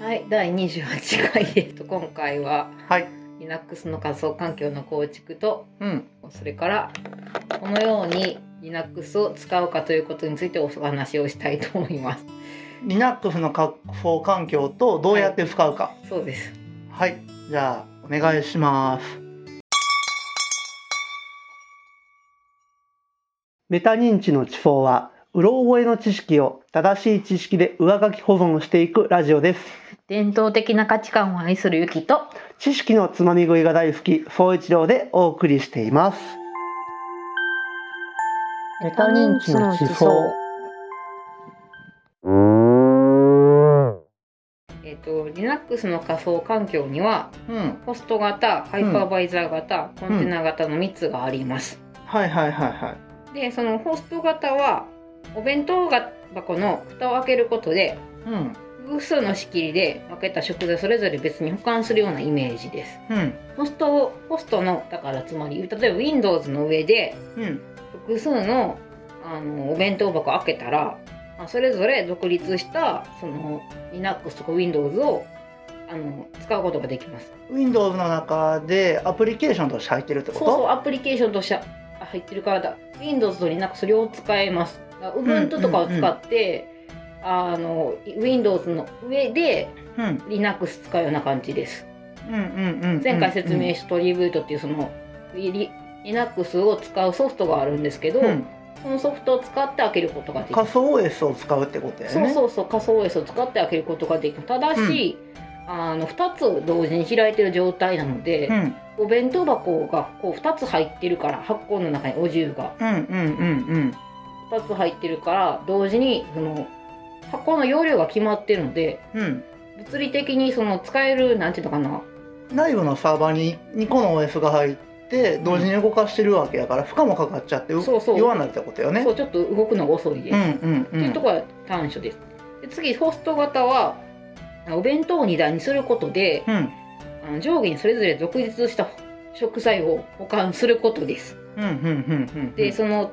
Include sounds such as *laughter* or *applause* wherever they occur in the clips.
はい、第28回です。今回ははい。 Linux の仮想環境の構築と、うん。それからこのように Linux を使うかということについてお話をしたいと思います。 Linux の確保環境とどうやって使うか。そうです。はい。じゃあお願いします。メタ認知の地方は、うろ覚えの知識を正しい知識で上書き保存していくラジオです。伝統的な価値観を愛するゆきと、知識のつまみ食いが大好き、総一郎でお送りしています。メタ認知の地方。えっ、と Linux の仮想環境にはうん。ホスト型、ハイパーバイザー型、コンテナ型の3つがあります。はいはいはいはい。で、そのホスト型はお弁当箱の蓋を開けることでうん。複数の仕切りで分けた食材をそれぞれ別に保管するようなイメージですうん。ホストをホストのだからつまり例えば Windows の上でうん。複数のあのお弁当箱を開けたらまあそれぞれ独立したその Linux とか Windows をあの使うことができます Windows の中でアプリケーションとして入ってるってこそとうそうアプリケーションとしてあ入ってるからだ Windows と Linux 両使えますだから Ubuntu とかを使って、あの Windows の上でうん、うん Linux 使うような感じですうんうんうん前回説明したトリビュートっていうそのリリ Linux を使うソフトがあるんですけど、うん、そのソフトを使って開けることができる仮想 OS を使うってことだよそうねうそうそう仮想 OS を使って開けることができるただし、あの2つを同時に開いてる状態なので、んお弁当箱がこう2つ入ってるから発酵の中にお重がうんうんうん2つ入ってるから同時にその箱の容量が決まってるのでうんうん物理的にその使えるなんていうのかな内部のサーバーに2個の OS が入って同時に動かしてるわけだから負荷もかかっちゃってそうそう弱になるってことよねそうちょっと動くのが遅いです。うんうんうっていうんところが短所です。で次ホスト型はお弁当を荷台にすることでうんあの上下にそれぞれ独立した食材を保管することです。うんうんうんうんでその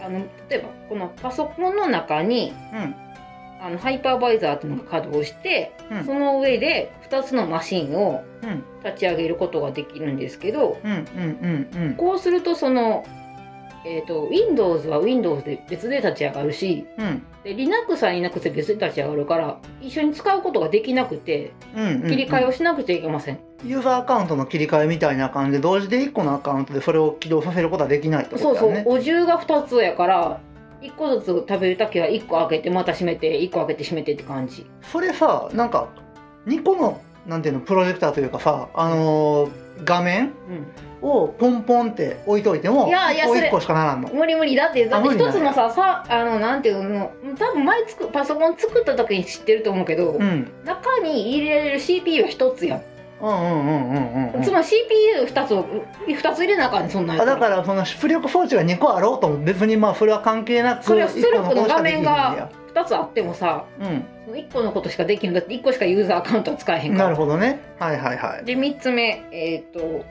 あの例えばこのパソコンの中にうんあのハイパーバイザーというのが稼働して、うんその上で2つのマシンをうん立ち上げることができるんですけどうんうんうんうんこうするとその、えー、と Windows は Windows で別で立ち上がるしうんで Linux は Linux で別に立ち上がるから一緒に使うことができなくてうんうん切り替えをしなくちゃいけません、ユーザーアカウントの切り替えみたいな感じで同時で1個のアカウントでそれを起動させることはできないってこそとうだそようねお重が2つやから1個ずつ食べるときは1個開けてまた閉めて1個開けて閉めてって感じそれさなんか2個のなんていうのプロジェクターというかさあのー画面うんをポンポンって置いといてもいやいや1個それ1個しかならんの無理無理だってだって無理1だねつのささあのなんていうの多分前つくパソコン作った時に知ってると思うけど、うん中に入れられる CPU は1つやん、うんうんうんうんうんつまり CPU2 つを2つ入れなあかんねんそんなんやあっただからその出力装置が2個あろうとも別にまあそれは関係なくそれは出力の一個方しかできひんねや2つあってもさその1個のことしかできんだって1個しかユーザーアカウントは使えへうんんかならるほどねはいはいはいで3つ目えっ、と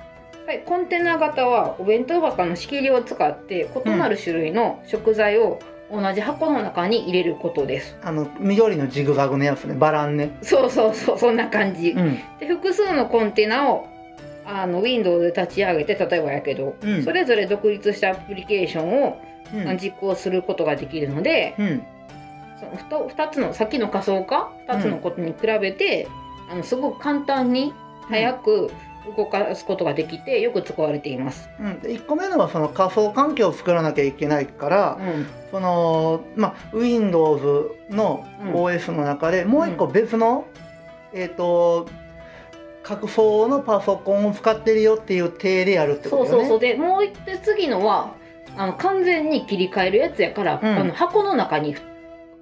はい、コンテナ型はお弁当箱の仕切りを使って異なる種類の食材を同じ箱の中に入れることです、あの緑のジグザグのやつねバランねそうそうそうそんな感じ、うんで複数のコンテナをあの Windows で立ち上げて例えばやけど、うんそれぞれ独立したアプリケーションをうんあの実行することができるので、うんその 2, つのさっきの仮想化2つのことに比べて、あのすごく簡単に早く動かすことができてよく使われています。うん、で1個目のはその仮想環境を作らなきゃいけないから、うんそのまあ Windows のうん OS の中でもう一個別の、えっ、と各層のパソコンを使ってるよっていう体でやるってそこうとそうそようね。でもう一手次のはあの完全に切り替えるやつやから、うんあの箱の中に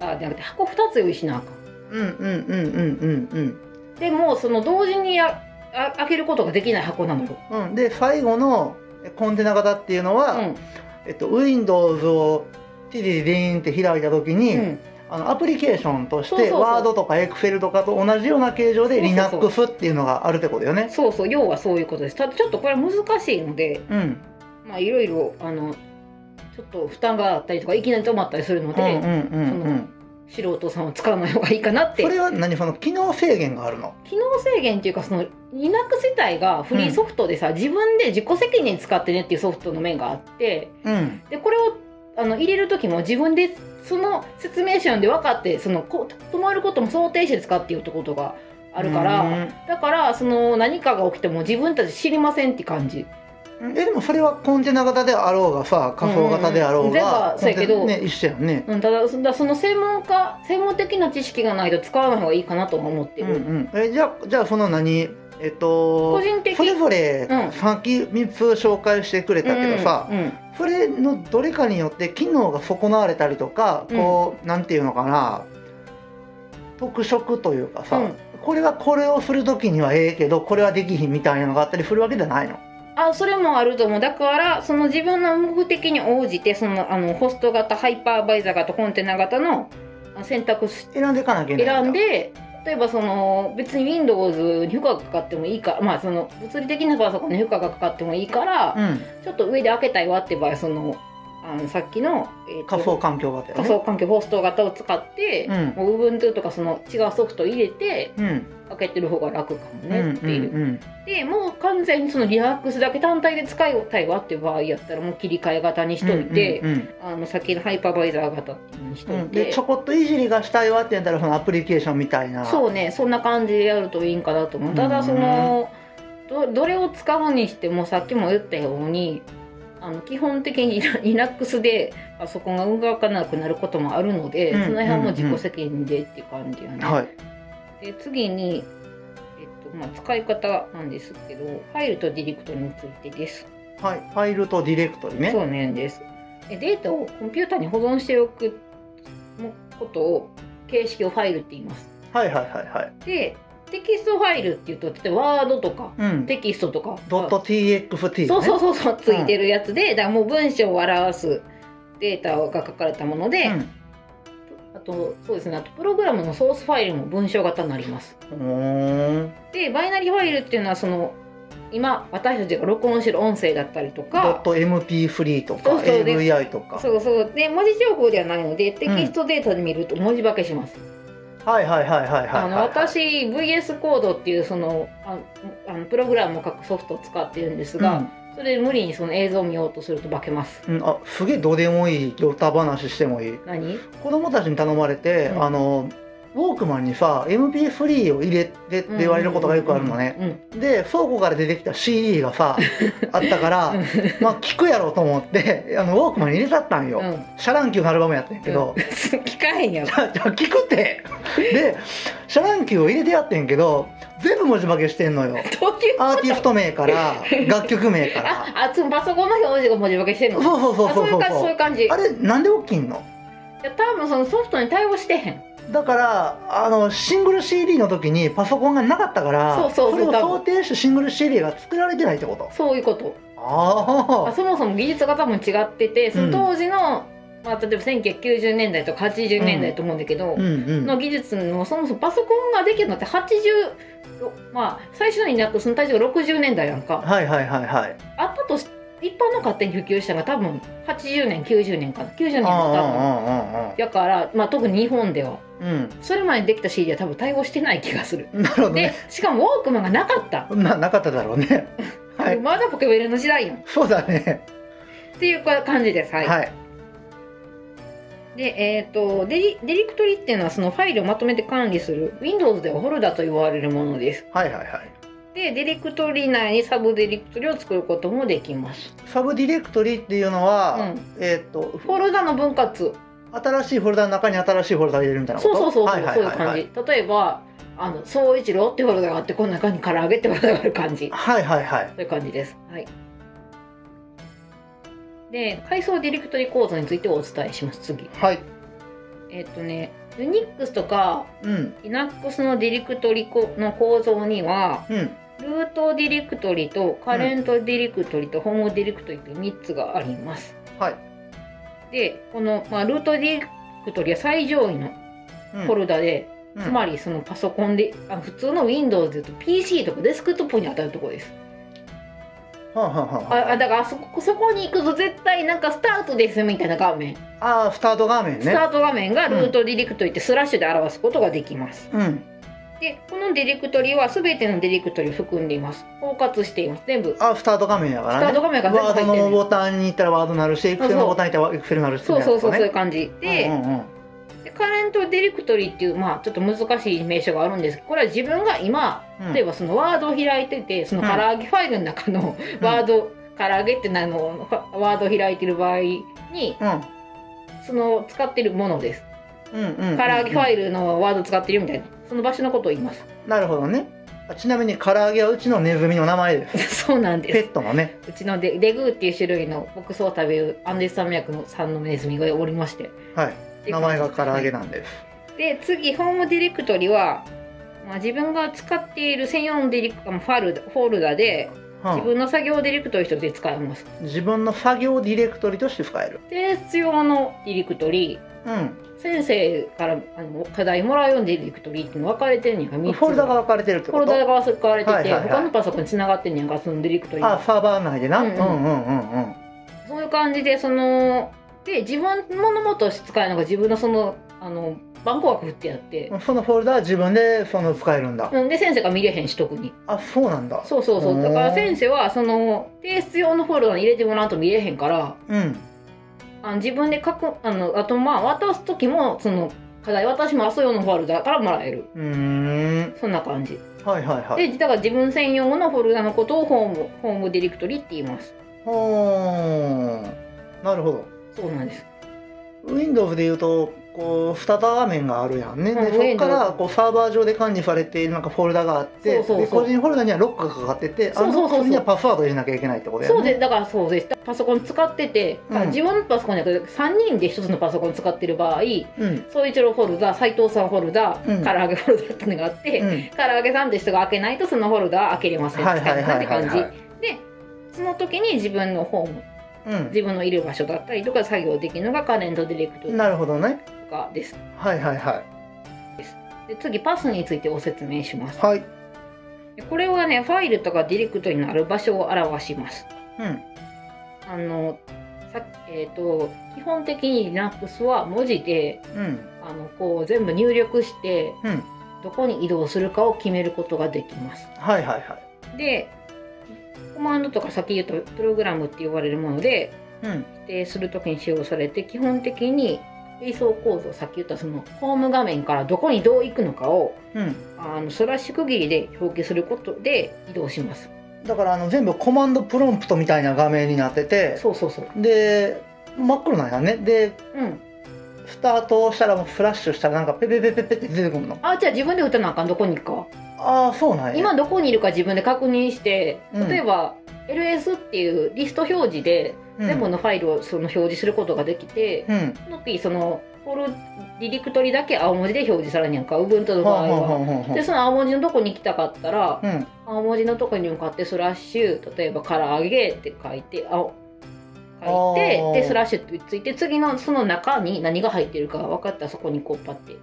あじゃなくて箱2つ用意しなあかんうんうんうんうんうんでもその同時にやあ開けることができない箱なのよ、うんうん。で最後のコンテナ型っていうのは、うえっと Windows をティリリーンって開いた時に、んうん、あのアプリケーションとしそうそうてそう Word とか Excel とかと同じような形状そでうそうそう Linux っていうのがあるってことよね。そうそう要はそういうことですただちょっとこれ難しいのでうん。まあいろいろあのちょっと負担があったりとかいきなり止まったりするのうんで、うんうんうん。素人さんを使わない方がいいかなってそれは何その機能制限があるの機能制限っていうかその Linux 自体がフリーソフトでさ、自分で自己責任使ってねっていうソフトの面があってうんでこれをあの入れる時も自分でその説明書読んで分かってそのこ止まることも想定して使っていうってことがあるから、だからその何かが起きても自分たち知りませんって感じうんえでもそれはコンテナ型であろうがさ仮想型であろうが、うん全部そうやけどコンテナね、一緒やんね、うん、ただそだその専門家専門的な知識がないと使わない方がいいかなとは思ってうんる、うん、えじゃあじゃあその何えっと個人的それぞれうん先3つ紹介してくれたけどさ、うんうんそれのどれかによって機能が損なわれたりとか、うんこうなんていうのかな特色というかさ、うんこれはこれをする時にはええけどこれはできひんみたいなのがあったりするわけじゃないの。あそれもあると思うだからその自分の目的に応じてそのあのホスト型ハイパーバイザー型コンテナ型のあ選択肢選んでいかなきゃいけない選んんだで例えばその別に Windows に負荷がかかってもいいからまあその物理的なパソコンに負荷がかかってもいいから、うん、ちょっと上で開けたいわって場合そのあのさっきの、えーと仮想環境型よね。仮想環境ホスト型を使って、うんもう Ubuntu とかその違うソフトを入れてうん開けてる方が楽かもうんうねっていう。んでもう完全にそのリラックスだけ単体で使いたいわっていう場合やったらもう切り替え型にしといて、うんうんうんあの先のハイパーバイザー型にしとういんて、でちょこっといじりがしたいわって言ったらそのアプリケーションみたいなそうねそんな感じでやるといいんかなと思うただそのどどれを使うにしてもさっきも言ったようにあの基本的に Linux でパソコンが動かなくなることもあるので、うんその辺はもう自己責任でっていう感じよね。はいで次に、えっとまあ、使い方なんですけどファイルとディレクトについてです。はい、ファイルとディレクトリねそうなんですでデータをコンピュータに保存しておくことを形式をファイルって言います。はいはいはいはい、でテキストファイルっていうと例えばワードとかうん、テキストとかドット TXT ねそうそうそうそうついてるやつで、だからもう文章を表すデータが書かれたもので、あとそうですねあとプログラムのソースファイルも文章型になります。うんうーんでバイナリーファイルっていうのはその今私たちが録音してる音声だったりとドかット MP3 とかそうそうで AVI とかそうそうで文字情報ではないのでテキストデータで見ると文字化けします。はいはいはいはいはいはいあの私 VS コードっていうそのああのプログラムを書くソフトを使ってるんですが、それで無理にその映像を見ようとすると化けます。うん、うんあすげえどうでもいいヨタ話してもいい何子供たちに頼まれて、うんあのウォークマンにさ MP3 を入れてって言われることがよくあるのね、。で倉庫から出てきた CD が *laughs* さあったからうんうんまあ聞くやろうと思ってあのウォークマンに入れちゃったんよ、うんうんシャランキューのアルバムやったんやけど、うん *laughs* 聞かへんやろ。じゃあ聞くってでシャランキューを入れてやってんけど全部文字化けしてんのよどういうアーティスト *laughs* 名から楽曲名からああそのパソコンの表示が文字化けしてんそのうそうそうあそそうういそうう感じそういう感じ。いあやれなんで大きいの多分そのソフトに対応してへん。だからあのシングル CD の時にパソコンがなかったからそうそうそうれ多を分想定してシングル CD が作られてないってことそういうこと。あああそもそも技術が多分違っててその当時の、まあ、例えば1990年代とか80年代と思うんだけど、うんうんの技術のそもそもパソコンができるのって80まあ最初になくその対象が60年代やんかはいはいはいはいあったとし一般の家庭に普及したのが多分80年90年かな90年あの多分ああああやから、まあ、特に日本ではあうんそれまでにできた CD は多分対応してない気がするなるほどでねしかもウォークマンがなかった、ななかっただろうね *laughs* はいまだポケベルの時代やんっそうだねていう感じですはいはいで、えっ、とデリ、ディレクトリっていうのはそのファイルをまとめて管理する Windows ではフォルダと言われるものです。はいはいはいで、ディレクトリ内にサブディレクトリを作ることもできます。サブディレクトリっていうのうは、ん、えーっとフォルダの分割。新しいフォルダの中に新しいフォルダを入れるみたいなこそうとそうそうそう、はいはいはいそうはいいう感じ。例えば、あの、総一郎ってフォルダがあって、この中に唐揚げってフォルダがある感じ。はいはいはいそういう感じです。はい。で、階層ディレクトリ構造についてお伝えします。次。はいえっ、とね、Unix とかうん Linux のディレクトリこの構造には、うんルートディレクトリとカレントディレクトリとホームディレクトリという3つがあります。はいでこの、まあ、ルートディレクトリは最上位のうんフォルダで、うんつまりそのパソコンであ普通の Windows でいうと PC とかデスクトップに当たるところです。はあ、はあはああだからあそこそこに行くと絶対なんかスタートですみたいな画面、あ、あースタート画面スタねート画面がルートディレクトリといってスラッシュで表すことができます、うんでこのディレクトリは全てのディレクトリを含んでいます包括しています全部スあースタート画面やかタらーねト画面が全部入ワードってのる、ね、ボタンに行ったらワードになるしエクセルのボタンに行ったらエクセルになるしそうそうそうそういねう感じで、うんうんうんでカレントディレクトリっていう、まあ、ちょっと難しい名称があるんですけどこれは自分が今うん例えばそのワードを開いててその唐揚げファイルの中のうんワード、唐揚げってなのワードを開いてる場合にうんその使ってるものですうんうんうん唐揚げファイルのワード使ってるみたいなその場所のことを言いますなるほどねあちなみに唐揚げはうちのネズミの名前ですそうなんペでットのねすうちのデデグーっていう種類の牧草を食べるアンデス山脈の山のネズミがおりましてはい名前が唐揚げなんですで次ホームディレクトリは、まあ、自分が使っている専用のディレクあのファルダフォルダでうん自分の作業ディレクトリとして使えます。自分の作業ディレクトリとして使えるで必要のディレクトリうん先生からあの課題もらうようなディレクトリっていうの分かれてんねんか3つフォルダが分かれてるっフォてこルとダが分かれてて、はいはいはい他のパソコンに繋がってんねんかそのディレクトリあがサーバー内でな、ううんん、ううんんうんうんそういう感じでそので自分のものとして使えるのが自分のそのあの番号が振ってあってう、んそのフォルダは自分でその使えるんだ、うん、で先生が見れへんし特にあそうなんだそうそうそううんだから先生はその提出用のフォルダに入れてもらうと見れへんからうんあの自分で書くあのあとまあ渡す時もその課題私も明日用のフォルダからもらえるうーんそんな感じはいはいはいでだから自分専用のフォルダのことをホームホームディレクトリって言いますほーなるほどそうなんです Windows でいうとこう2画面があるやんね、うんでそこか Windows らこうサーバー上で管理されているなんかフォルダがあっそてうそうそうで個人フォルダにはロックがかかっててそうそうそうそうあのそれにはパスワード入れなきゃいけないってことやねそうですだからそうですパソコン使ってて、うん自分のパソコンじゃなくて3人で1つのパソコン使ってる場合うん総一郎フォルダ斎藤さんフォルダ、うん唐揚げフォルダっていうのがあって、うん唐揚げさんって人が開けないとそのフォルダは開けれませんみたはいいなはいはいはい感じはいでその時に自分のホームう自分のいる場所だったりとか作業できるのがカレントディレクトんとなるほどねかですはいはいはいで次パスについてお説明しますはいでこれはねファイルとかディレクトになる場所を表しますうんあのさえー、と基本的に Linux は文字でうんあのこう全部入力してうんどこに移動するかを決めることができますはいはいはいでコマンドとかさっき言ったプログラムって呼ばれるものでうん指定するときに使用されて基本的に階層構造さっき言ったそのホーム画面からどこにどう行くのかをうんあのスラッシュ区切りで表記することで移動しますだからあの全部コマンドプロンプトみたいな画面になっててそうそうそうで真っ黒なんやねでうんスタートをしたらもうフラッシュしたらなんかペペペペペって出てくるのあじゃあ自分で打たなあかんどこに行くかはああそうなんや今どこにいるか自分で確認してうん例えば、LS っていうリスト表示で全部のファイルをその表示することができて、うん、うんその時そのフォルディレクトリだけ青文字で表示されんやんか Ubuntu のほ場合うほうは。ほうほうほうでその青文字のとこに行きたかったら、うん青文字のとこに向かってスラッシュ例えば「唐揚げ」って書いて青書いあーてでスラッシュってついて次のその中に何が入ってるか分かったらそこにこうパッて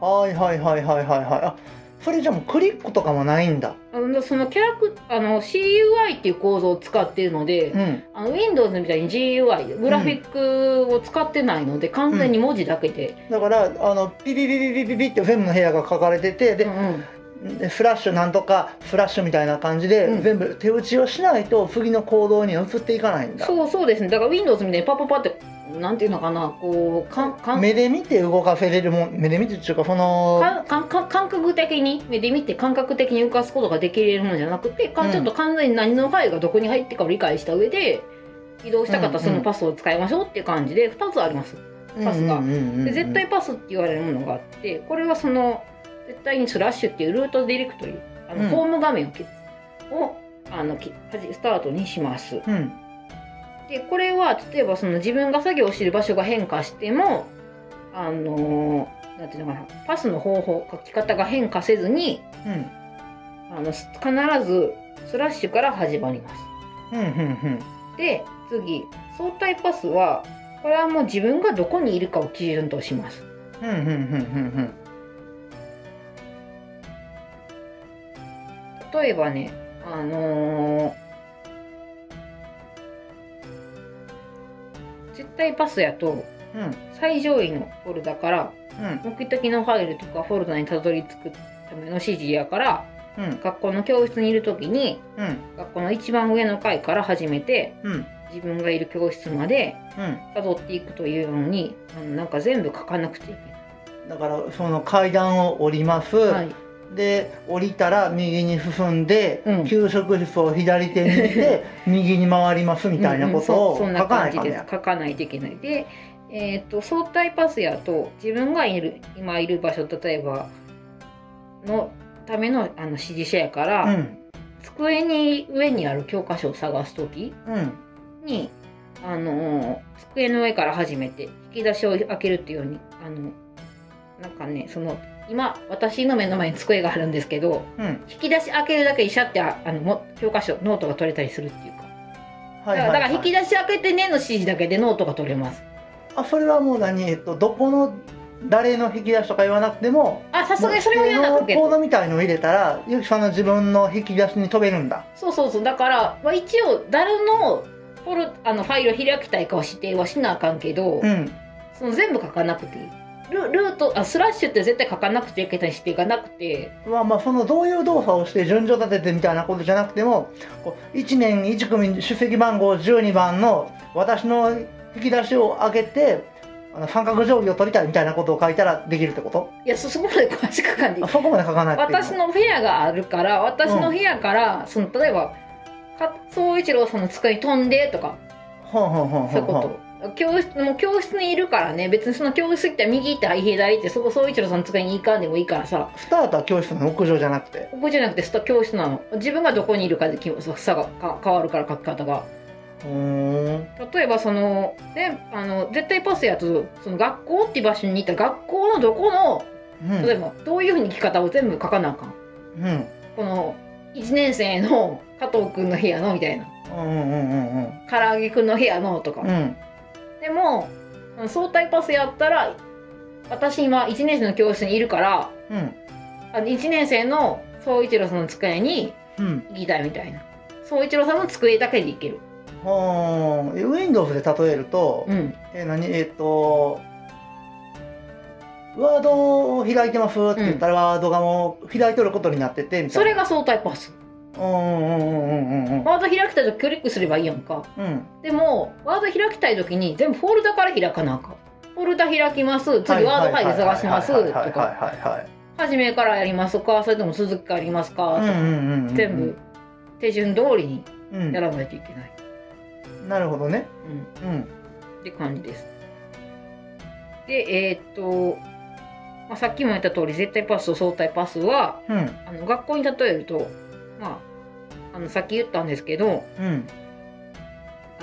はいはいはいはいはいはいあそれじゃもうクリックとかもないんだあのそのキャラクあの CUI っていう構造を使っているので、うんあの Windows みたいに GUI グラフィックを使ってないので、完全に文字だけで、だからあのピピピピピピピって全部の部屋が書かれててうでんうんでフラッシュなんとかフラッシュみたいな感じで、うん全部手打ちをしないと次の行動に移っていかないんだそうそうですねだから Windows みたいにパッパッパってなんていうのかなこうかんかん目で見て動かせれるもん目で見てっていうかそのかんかんかん感覚的に目で見て感覚的に動かすことができるものじゃなくてかうんちょっと完全に何のファイルがどこに入ってかを理解した上で移動したかったらうんそのパスを使いましょうっていう感じで2つあります。パスがうんうんうんうんで絶対パスって言われるものがあってこれはその絶対にスラッシュっていうルートディレクトリあの、うんホーム画面をきをあのきはじスタートにしますうんでこれは例えばその自分が作業してる場所が変化してもあのーなんていうのかなパスの方法書き方が変化せずにうんあのす必ずスラッシュから始まりますうんうんで次相対パスはこれはもう自分がどこにいるかを基準としますうんうんうんうんうん例えばねあのー帯パスやとうんうん最上位のフォルダから目的のファイルとかフォルダにたどり着くための指示やからうん学校の教室にいる時にうん学校の一番上の階から始めてうん自分がいる教室までうん辿っていくというのにあのなんか全部書かなくていだからその階段を降ります、けない、はい、で降りたら右に進んで、うん給食室を左手に行って右に回りますみたいなこうんとをうんそそん書なか感ないじかんねですや書かないといけないで、えー、と相対パスやと自分がいる今いる場所例えばのためのあの指示書やから、うん机に上にある教科書を探す時うんにあのー机の上から始めて引き出しを開けるっていうようにあのなんかねその今私の目の前に机があるんですけどうん引き出し開けるだけでシャってああのも教科書ノートが取れたりするっていうか。はだからいはい、だはから引きい、出し開けてねの指示だけでノートが取れます。あそれはもう何えっとどこの誰の引き出しとか言わなくてもあ、さすがにそれを言わなくてコードも。みたいのを入れたらゆきさんの自分の引き出しに飛べるんだそうそうそう。だから、まあ、一応誰のフォルあのファイルを開きたいかを指定はしなあかんけど、うんその全部書かなくていい。ルルートあスラッシュって絶対書かなくていけない指定がなくて、まあまあそのどういう動作をして順序立ててみたいなことじゃなくてもこう1年1組出席番号12番の私の引き出しを開けてあの三角定規を取りたいみたいなことを書いたらできるってこといやそそこまで詳しく書かんでいい *laughs* あそこまで書かないっていう私の部屋があるから私の部屋から、その例えばか総一郎さんの机に飛んでとかほんほんほんそうほいんうこほんと。教室もう教室にいるからね別にその教室行って右行ったら左行ってそこ総一郎さんの机に行かんでもいいからさスタートは教室の屋上じゃなくてここじゃなくてスタ教室なの自分がどこにいるかでき差がか変わるから書き方がうーん例えばそのであの絶対パスやとその学校っていう場所にいたら学校のどこのうん例えばどういうふうに聞き方を全部書かなあかんうんうんこの1年生の加藤君の部屋のみたいなうんうんうん唐揚げ君の部屋のとか、うんうんでもあの相対パスやったら私今1年生の教室にいるからうんあの1年生の総一郎さんの机にうん行きたいみたいな総一郎さんの机だけで行けるほーんえ Windows で例えると、うんえー何えっ、とワードを開いてますって言ったら、ワードがもう開いとることになっててみたそいなれが相対パスうんうんうんうんうんうんワード開きたい時クリックすればいいやんかうんでもワード開きたい時に全部フォルダから開かなあかんフォルダ開きますは次いワードファイル探しますとはいはいかはいはい初めからやりますかそれとも続きからやりますかとはいか、うんうんうんうん全部手順通りにうんやらないといけない、なるほどねうん、うんって感じです。で、えーっと、まあ、さっきも言った通り、絶対パスと相対パスは、うんあの学校に例えると、まあ、あのさっき言ったんですけど、うん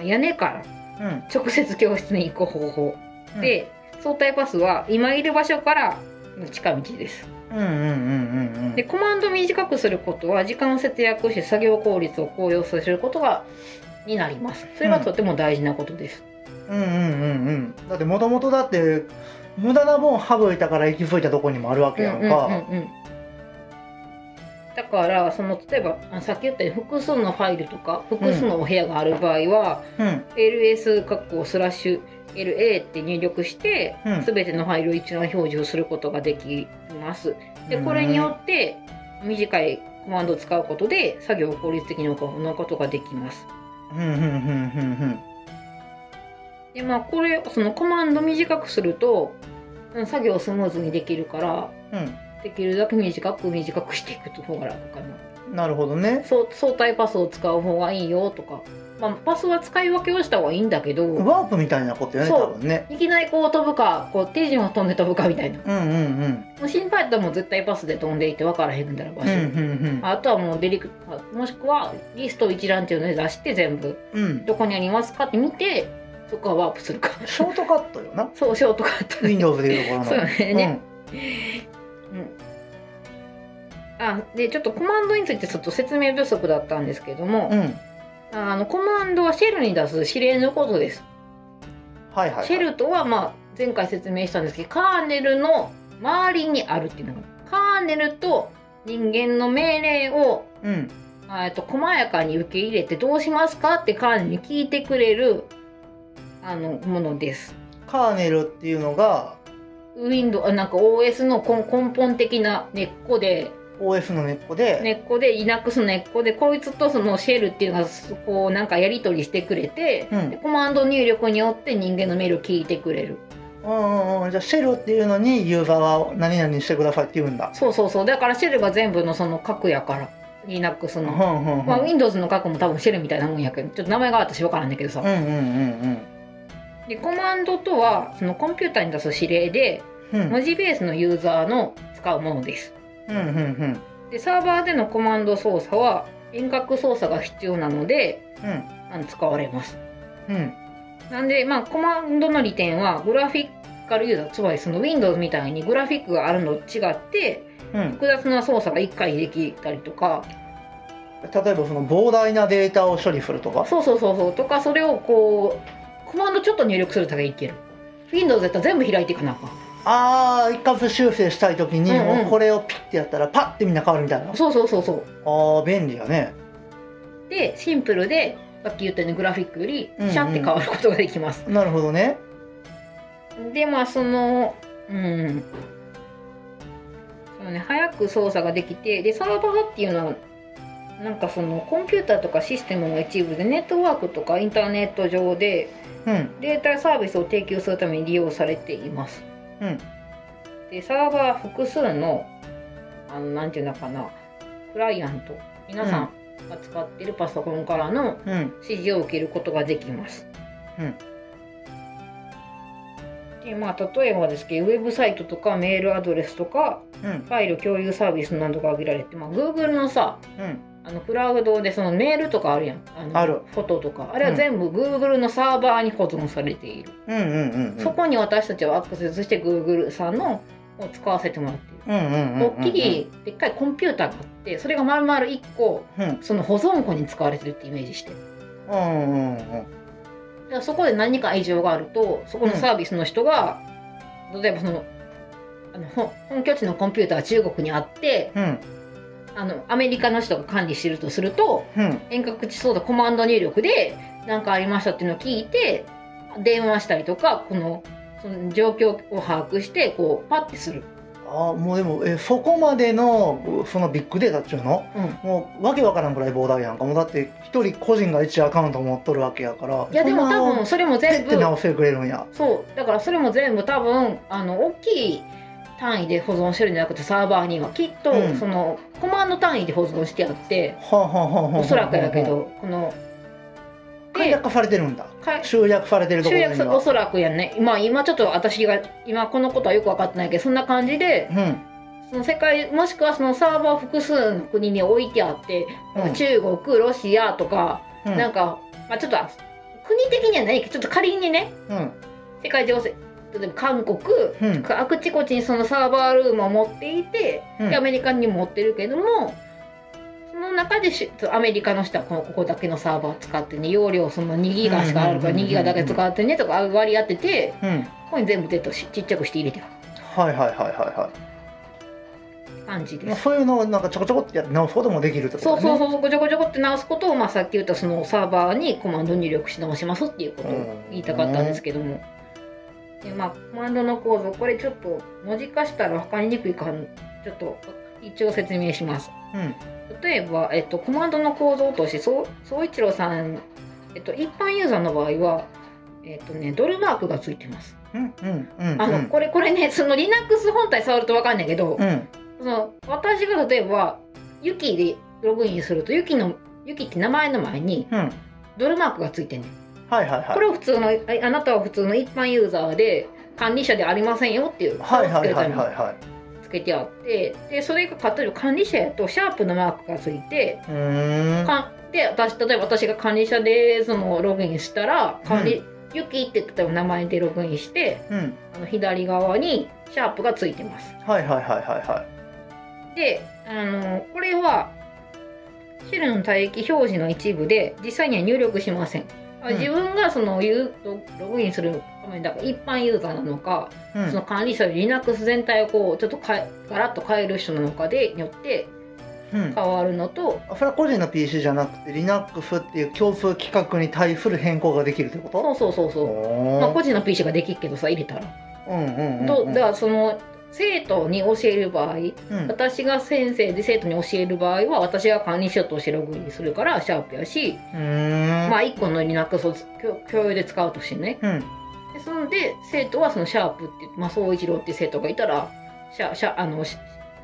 屋根からうん直接教室に行く方法。うんで、相対パスは今いる場所からの近道です。うんうんうんうんうんで、コマンドを短くすることは、時間を節約して作業効率を向上することが、になります。それはとても大事なことです。うんうんうんうんだってもともとだって無駄な分省いたから行き着いたとこにもあるわけやんか、うんうんうんうんだからその例えばあさっき言ったように複数のファイルとか複数のお部屋がある場合は、うん、 ls 括弧スラッシュ LA って入力して、うん全てのファイルを一覧表示をすることができます。でこれによって短いコマンドを使うことで作業を効率的に行うことができます。うんうんうんうんでまあこれそのコマンド短くするとうん作業をスムーズにできるからうんうんできるだけ短く短くしていく方が楽かな。うんなるほどねそう相対パスを使う方がいいよとか、まあ、パスは使い分けをした方がいいんだけどワープみたいなことよねそう多分ねいきなりこう飛ぶかこう手順を飛んで飛ぶかみたいなもうんうんうんう心配だったらもう絶対パスで飛んでいって分からへんみたいな場うん所、うんあとはもうデリクもしくはリスト一覧っていうので出して全部うんうんどこにありますかって見てそこはワープするか *laughs* ショートカットよなそうしようとかあったら Windows でいうところのそうよね、あでちょっとコマンドについてちょっと説明不足だったんですけどもう、ん、うん、あのコマンドはシェルに出す指令のことですはいはいはいシェルとは、まあ、前回説明したんですけどカーネルの周りにあるっていうのがカーネルと人間の命令をうんあえっと細やかに受け入れてどうしますかってカーネルに聞いてくれるあのものです。カーネルっていうのが Windows あなんか OS の根根本的な根っこで OS の根っこで、根っこで Linux の根っこでこいつとそのシェルっていうのがすこうなんかやり取りしてくれて、うんでコマンド入力によって人間のメールを聞いてくれるうんうんうん、じゃあシェルっていうのにユーザーは何々してくださいって言うんだ。そうそうそうだからシェルが全部のその核やから Linux うんうの、んうんまあ、Windows の核も多分シェルみたいなもんやけどちょっと名前が私分からんねんけどさ、うんうんうんでコマンドとはそのコンピューターに出す指令でうんうん文字ベースのユーザーの使うものですうんうんでサーバーでのコマンド操作は遠隔操作が必要なのでうんあの使われますうんうんなんで、まあ、コマンドの利点はグラフィカルユーザーつまりその Windows みたいにグラフィックがあるのと違ってうん複雑な操作が1回できたりとか例えばその膨大なデータを処理するとかそうそうそうそうとかそれをこうコマンドちょっと入力するだけでいける Windows やったら全部開いていかなあかんああ一括修正したい時にうんうんもうこれをピッてやったらパッてみんな変わるみたいな、そうそうそうそうああ便利やねでシンプルでさっき言ったようにグラフィックよりうんうんシャンって変わることができます、なるほどねでまあそのうんそうね早く操作ができてでサーバーっていうのはなんかそのコンピューターとかシステムの一部でネットワークとかインターネット上でうんデータサービスを提供するために利用されています。うんでサーバーは複数のあのなんていうのかなクライアント皆さんが使っているパソコンからのうん指示を受けることができます。うんでまあ、例えばですけどウェブサイトとかメールアドレスとかうんファイル共有サービスなどが挙げられて、まあ、Google のさうんあのクラウドでそのメールとかあるやんあのあるフォトとかあれは全部 Google のサーバーに保存されている、うんうんうんうんそこに私たちはアクセスして Google さんのを使わせてもらっている。うんうんうんうんうん大きいでっかいコンピューターがあってそれが丸々1個うんその保存庫に使われてるってイメージしてうんうんうんだからそこで何か異常があるとそこのサービスの人が、例えばそのあのほ本拠地のコンピューターが中国にあってうんあのアメリカの人が管理してるとするとうん遠隔地操作コマンド入力で何かありましたっていうのを聞いて電話したりとかこのその状況を把握してこうパッてする。あーもうでもえそこまでのそのビッグデータっちゅうのうんもうわけわからんくらい膨大やんかもうだって一人個人が一アカウント持っとるわけやからいやでもそんな多の分それも全ペッて部直してくれるんやそうだからそれも全部多分あの大きい単位で保存してるんじゃなくてサーバーにはきっと、うんそのコマンド単位で保存してあって、はあはあはあはあおそらくやけど、この簡略化されてるんだか集約されてるとこ集ろ約にするおはそらくやんね、まあ、今ちょっと私が今このことはよく分かってないけどそんな感じでうんその世界もしくはそのサーバーを複数の国に置いてあって、うん中国ロシアとか、うんなんか、まあ、ちょっと国的にはないけどちょっと仮にねうん世界情勢例えば韓国、うんあくちこちにそのサーバールームを持っていて、うんでアメリカにも持ってるけどもその中でしアメリカの人はこのここだけのサーバーを使ってね容量その2ギガしかあるからうんうんうんうん2ギガだけ使ってねとか割り当ててうんここに全部データをしちっちゃくして入れてるはいはいはいはいは感じい、でまあ、す。そういうのをなんかちょこちょこってやって直すこともできるってことそうねそうそうそうごちょごちょごって直すことを、まあ、さっき言ったそのサーバーにコマンド入力し直しますっていうことを言いたかったんですけども、でまあコマンドの構造これちょっと文字化したら分かりにくいからちょっと一応説明しますうん例えば、えっと、コマンドの構造としてそう総一郎さん、えっと、一般ユーザーの場合はえっとねドルマークがついてますうんうんうんあうの、んこれこれねその Linux 本体触ると分かんないけど、うんその私が例えばユキでログインするとユキのユキって名前の前にうんドルマークがついてんねんはいはいこはれを普通のああなたは普通の一般ユーザーで管理者ではありませんよっていういはいはいはいにはいはつけてあってでそれが例えば管理者やとシャープのマークがついていうーんかんで私例えば私が管理者でそのログインしたら管理、ユキって例えば名前でログインしてうんあの左側にシャープがついてます。はいはいはいはいはで、あのこれはシェルの帯域表示の一部で実際には入力しません。あうん自分がそのユーログインするためにだから一般ユーザーなのか、いうんその管理者で Linux 全体をこうちょっと変えガラッと変える人なのかでによってうん変わるのと、それは個人の PC じゃなくて Linux っていう共通規格に対する変更ができるってことそうそうそうそう、おーまあ、個人の PC ができるけどさ入れたら。うんうんうんうんとだからその生徒に教える場合うん私が先生で生徒に教える場合は私が管理しようとしてログインするからシャープやし、うーんまあ1個の Linux を共共有で使うとしてねうんでそんで生徒はそのシャープっていう、まあ、総一郎っていう生徒がいたらシャシャあのし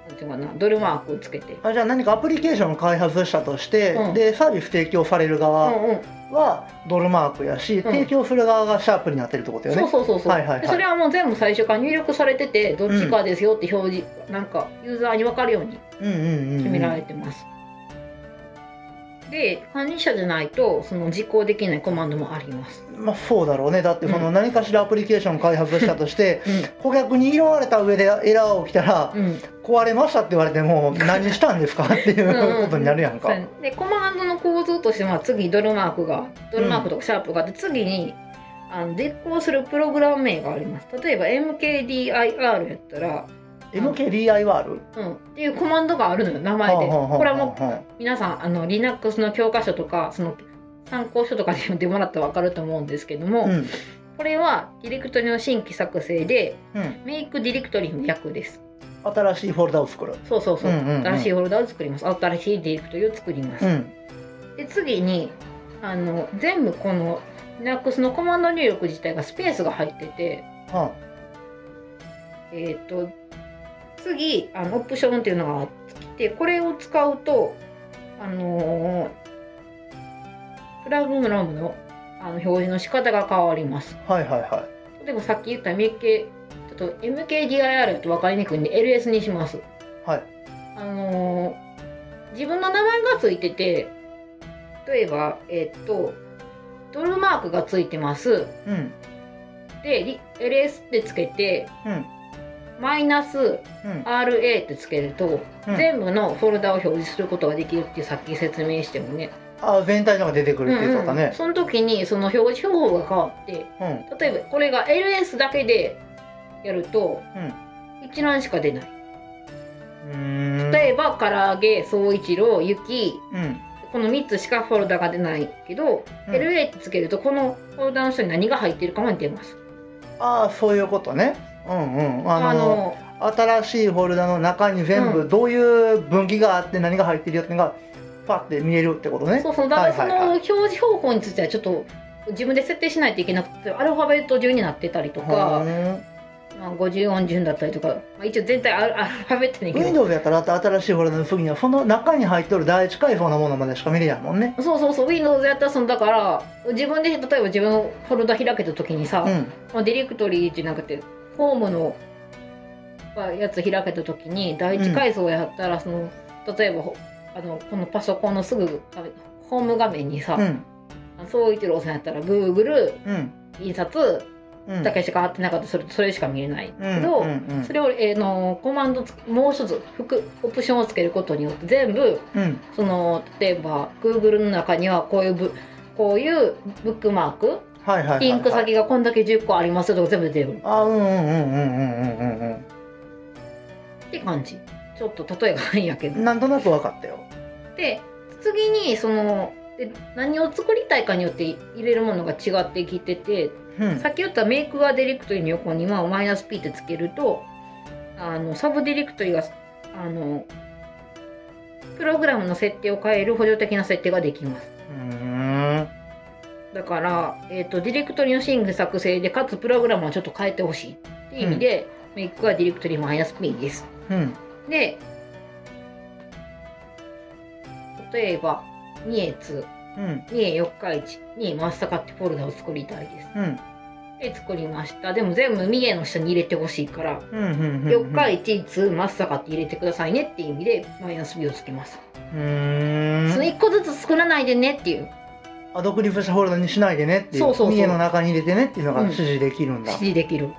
なんていうかなドルマークをつけて、あじゃあ何かアプリケーションを開発したとして、うんでサービス提供されるうん側うん、はドルマークやし、提供する側がシャープになってるってことよねそうそうそうそう、はいはいはいでそれはもう全部最初から入力されててどっちかですよって表示、なんかユーザーに分かるようにうんうんうんうん決められてます。で管理者じゃないとその実行できないコマンドもあります。まあそうだろうねだってそのうん何かしらアプリケーションを開発したとして、う顧客に拾われた上でエラー起きたら、ん、 *laughs* うん、壊れましたって言われても何したんですかっていうことになるやんそか、うやねでコマンドの構造としては次ドルマークがドルマークとかシャープがあって次にあの実行するプログラム名があります。例えば MKDIR やったら、 MKDIR? うん、っていうコマンドがあるのよ名前で。これはもう皆さんあの Linux の教科書とかその参考書とかで読んでもらったら分かると思うんですけども、うんこれはディレクトリの新規作成でうん、メイクディレクトリの略です新しいフォルダを作るそうそうそう,、うんうんうん新しいフォルダを作ります新しいディレクトリを作ります、うんで次にあの全部この Linux のコマンド入力自体がスペースが入っててはえっ、と次あのオプションっていうのが来てこれを使うとあのープラグラムのあの表示の仕方が変わりますあはいはいは例えばさっき言った MK ちょっと MKDIR と分かりにくいんで LS にしますいはいあのー自分の名前がついてて例えばえっとドルマークがついてますうんでリ LS ってつけてうんマイナスうん RA ってつけると、うん全部のフォルダを表示することができるってさっき説明してもね、あ全体のが出てくるっていうことだうんうんねその時にその表示方法が変わってうん例えばこれが LS だけでやると一覧しか出ないうんうーん例えば唐揚げ総一郎雪うんこの3つしかフォルダが出ないけど、うん LA ってつけるとこのフォルダの下に何が入ってるかが出ますああそういうことねうんうんあのあの新しいフォルダの中に全う部どういう分岐があって何が入ってるよっていうのがパッて見えるってことねそうそうだからそはいはいのは表示方法についてはちょっと自分で設定しないといけなくてアルファベット順になってたりとか、ほーんまあ、54順だったりとか、まあ、一応全体アルアルファベットに Windows やったら新しいフォルダの次にはその中に入っとる第一階層のものまでしか見れやんもんねそうそうそう Windows やったらそのだから自分で例えば自分のフォルダ開けた時にさ、うんまあ、ディレクトリーじゃなくてホームのまあやつ開けた時に第一階層やったらその、例えばほあのこのパソコンのすぐあホーム画面にさうん総一郎さんやったら Google うん印刷うんだけしか貼ってなかったそれそれしか見れないうんけど、うんうんそれを、えーのコマンドつもう一つ複オプションをつけることによって全部うんその例えば Google の中にはこういうブこういうブックマークはいはいはいはいリンク先がこんだけ10個ありますよとか全部出てくるっあうんうんうんうんうんうんうんて感じちょっと例えがないんやけうどんなんとなく分かったよで次にそので何を作りたいかによって入れるものが違ってきててうんさっき言ったメイクはディレクトリの横にはマイナス P ってつけるとあのサブディレクトリがあのプログラムの設定を変える補助的な設定ができますうーんだから、えー、とディレクトリのシング作成でかつプログラムをちょっと変えてほしいっていう意味で、メイクはディレクトリマイナス P ですうんで例えば三重津うん三重四日市三重松阪ってフォルダを作りたいですうんで作りましたでも全部三重の下に入れてほしいからうんうんうん四日市津松阪って入れてくださいねっていう意味でマイナス B をつけます、うーそのん一個ずつ作らないでねっていうあ独立したフォルダにしないでねっていそうそううそう家の中に入れてねっていうのがうん指示できるんだ指示できる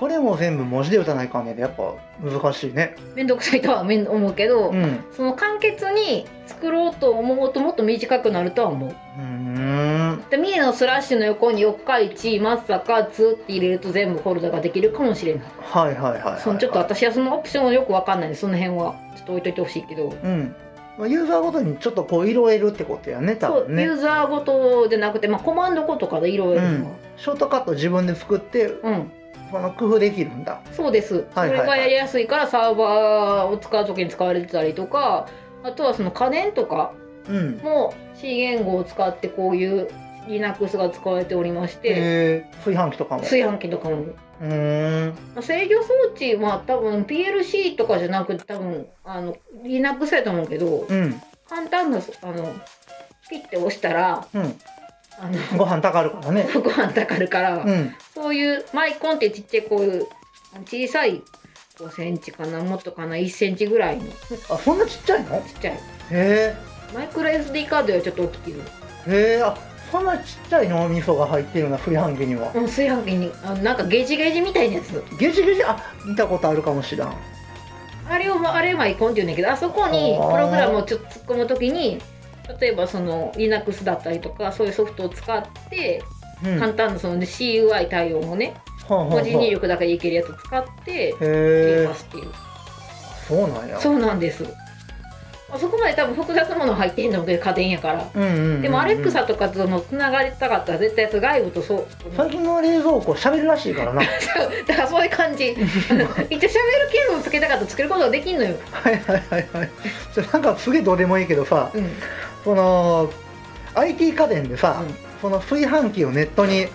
それも全部文字で打たないかんねでやっぱ難しいねめんどくさいとはめん思うけど、うんうその簡潔に作ろうと思うともっと短くなるとは思うーんで三重のスラッシュの横に四日市松阪津って入れると全部フォルダができるかもしれないはいはいはいはいそのちょっと私はそのオプションをよくわかんないんでその辺はちょっと置いといてほしいけどうんまあユーザーごとにちょっとこう色得るってことやね多そう分ねユーザーごとじゃなくて、まあ、コマンドごとから色々うんショートカット自分で作ってうん、その工夫できるんだそうです、はいはいはいそれがやりやすいからサーバーを使う時に使われてたりとかあとはその家電とかうんも C 言語を使ってこういう Linux が使われておりまして、へえ炊飯器とかも炊飯器とかもうーんまあ制御装置は多分 PLC とかじゃなくて多分あの Linux やと思うけどうん簡単なあのピッて押したらうんあのご飯たかるからねご飯たかるから、うんそういうマイコンってちっちゃいこういうあの小さい5センチかなもっとかな1センチぐらいのちっあそんなちっちゃいのちゃいへマイクロ SD カードよりちょっと大きいのえへえあそんなちっちゃい脳みそが入ってるな炊飯器にはうん炊飯器にあのなんかゲジゲジみたいなやつゲジゲジあ見たことあるかもしらんあれをまあれマイコンって言うんだけどあそこにあープログラムをちょっと突っ込むときに例えばその Linux だったりとかそういうソフトを使ってうん簡単なその CUI 対応もねほんほんほ文ん字入力だけでいけるやつを使って入れへえますっていうそうなんやそうなんですあそこまで多分複雑なもの入ってんので家電やからうんうんうんうんでもアレクサとかとのつながりたかったら絶対外部とそう最近の冷蔵庫喋るらしいからな *laughs* だからそういう感 *laughs* じあの一応喋る機能をつけたかったらつけることはできんのよ、はいはいはいはいそれなんかすげえどうでもいいけどさうん、その IT 家電でさ、うんその炊飯器をネットに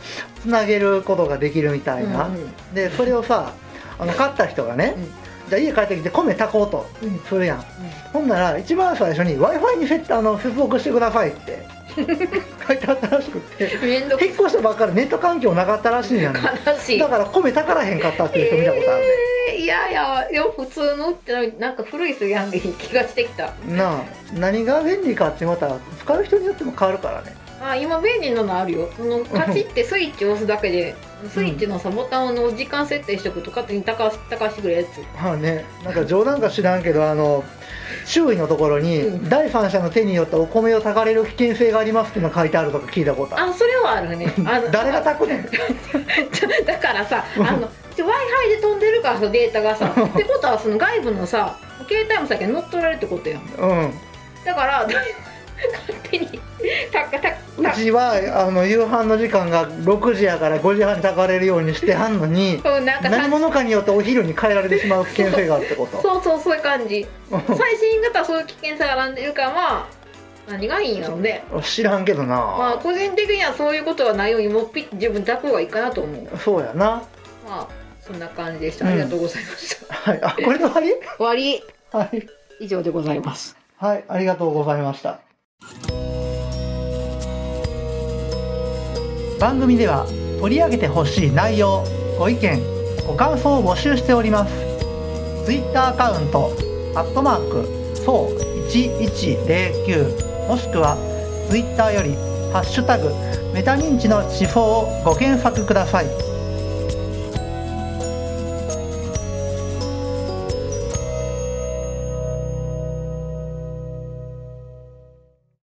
つなげることができるみたいな、うんうんでそれをさあの買った人がね、うんじゃあ家帰ってきて米炊こうとうんするやん、ほんなら一番最初に w i f i にせあの接続してくださいって *laughs* 書いてあったらしくてめんどく引っ越したばっかりネット環境なかったらしいやんだ悲しいから米炊からへんかったっていう人見たことある、えーいやいやいや普通のってなんか古いすぎやん気がしてきた *laughs* なあ何が便利かってまた使う人によっても変わるからねあ今便利なのあるよそのカチッてスイッチ押すだけでスイッチのさボタンの時間設定しとくと勝手に高す高してくれるやつまあね、なんか冗談か知らんけどあの周囲のところに、うん第三者の手によってお米を炊かれる危険性がありますっていうの書いてあるとか聞いたことあるあそれはある *laughs* ねあの誰が炊くね *laughs* んちょだからさあの w i f i で飛んでるからさデータがさってことはその外部のさ携帯もさっき乗っ取られるってことやんうんだから *laughs* 勝手にたかたうたちはあの夕飯の時間が6時やから5時半に炊かれるようにしてはんのにうんなんかさ何者かによってお昼に変えられてしまう危険性があるってことそうそうそういう感じ最新型はそういう危険性が並んでるからまあ何がいいんやろうね *laughs* 知らんけどな、まあ個人的にはそういうことはないようにもうピッて自分抱く方がいいかなと思うそうやなまあそんな感じでした、うんありがとうございましたはいあこれで終わり終わりはい、以上でございますはい、ありがとうございました番組では取り上げてほしい内容ご意見ご感想を募集しております Twitter アカウント「アットマークそう1109」もしくは Twitter より「ハッシュタグメタ認知の地方」をご検索ください